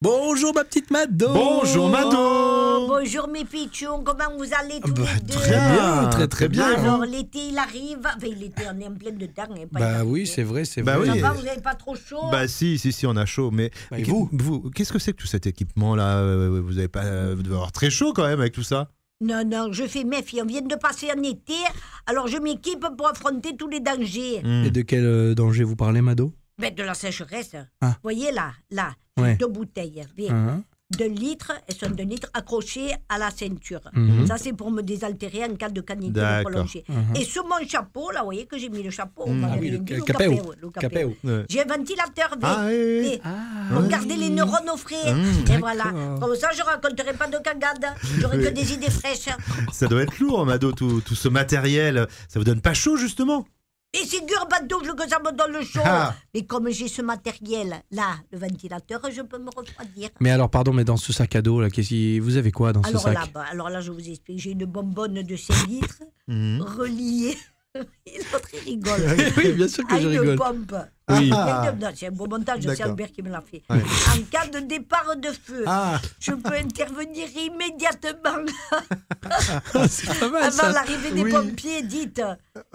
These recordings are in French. Bonjour ma petite Mado Bonjour Oh, Mado bonjour mes pichons, comment vous allez tous Bah, les deux Très bien, Ah, très très bien Alors l'été il arrive, enfin, l'été on est en plein dedans. hein, pas Bah tard. oui, c'est vrai, c'est Bah vrai. Ça oui. va, vous n'avez pas trop chaud Bah si, si, si, on a chaud, mais Bah, et Qu'est- vous qu'est-ce que c'est que tout cet équipement-là euh, Vous avez pas, vous devez avoir très chaud quand même avec tout ça. Non, non, je fais mes filles, on vient de passer un été, alors je m'équipe pour affronter tous les dangers. Hmm. Et de quel euh, danger vous parlez, Mado Ben, de la sécheresse. Ah. Vous voyez là, là, Ouais. deux bouteilles. Bien. Hein Deux litres, elles sont deux litres accrochées à la ceinture. Mhm. Ça, c'est pour me désaltérer en cas de canicule D'accord. prolongée. Mhm. Et sur mon chapeau, là, vous voyez que j'ai mis le chapeau. Mhm. on Ah oui, l'avait le dit, ca- capéo. capéo, le capéo. Capéo. Ouais. J'ai un ventilateur, bien. Ah oui, oui, oui. Et pour garder les neurones au frais. Mmh, et voilà. d'accord. Comme ça, je raconterai pas de cagade. J'aurai que des idées fraîches. ça doit être lourd, Mado, tout, tout ce matériel. Ça vous donne pas chaud justement Et c'est dur, pas de double que ça me donne le chaud. Ah. Mais comme j'ai ce matériel, là, le ventilateur, je peux me refroidir. Mais alors, pardon, mais dans ce sac à dos, là, qu'est-ce qui- vous avez quoi dans ce Alors sac là, bah, alors là, je vous explique. J'ai une bonbonne de 5 litres Hmm. reliée. Et L'autre, il rigole. Oui, bien sûr que à je une rigole. pompe. Oui. Ah. Non, C'est un beau montage, c'est D'accord. Albert qui me l'a fait. Ouais. En cas de départ de feu, Ah, je peux intervenir immédiatement c'est pas mal, avant ça. l'arrivée des Oui. pompiers, dites.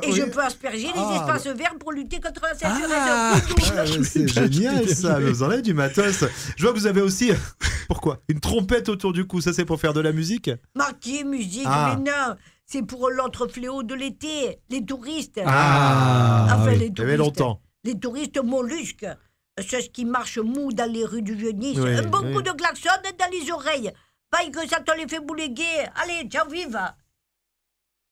Et Oui. je peux asperger les Ah, espaces verts pour lutter contre la sécheresse. Ah. Tout doux. ah, mais c'est génial ça, vous en avez du matos. Je vois que vous avez aussi, pourquoi Une trompette autour du cou, ça c'est pour faire de la musique Marquez musique, Ah. mais non, c'est pour l'autre fléau de l'été, les touristes. Ah, Enfin, oui. les Il y avait touristes. longtemps. Les touristes mollusques, ceux qui marchent mous dans les rues du Vieux-Nice. Oui, un bon oui. coup de klaxon dans les oreilles. Paille que ça te les fait bouléguer. Allez, ciao, vive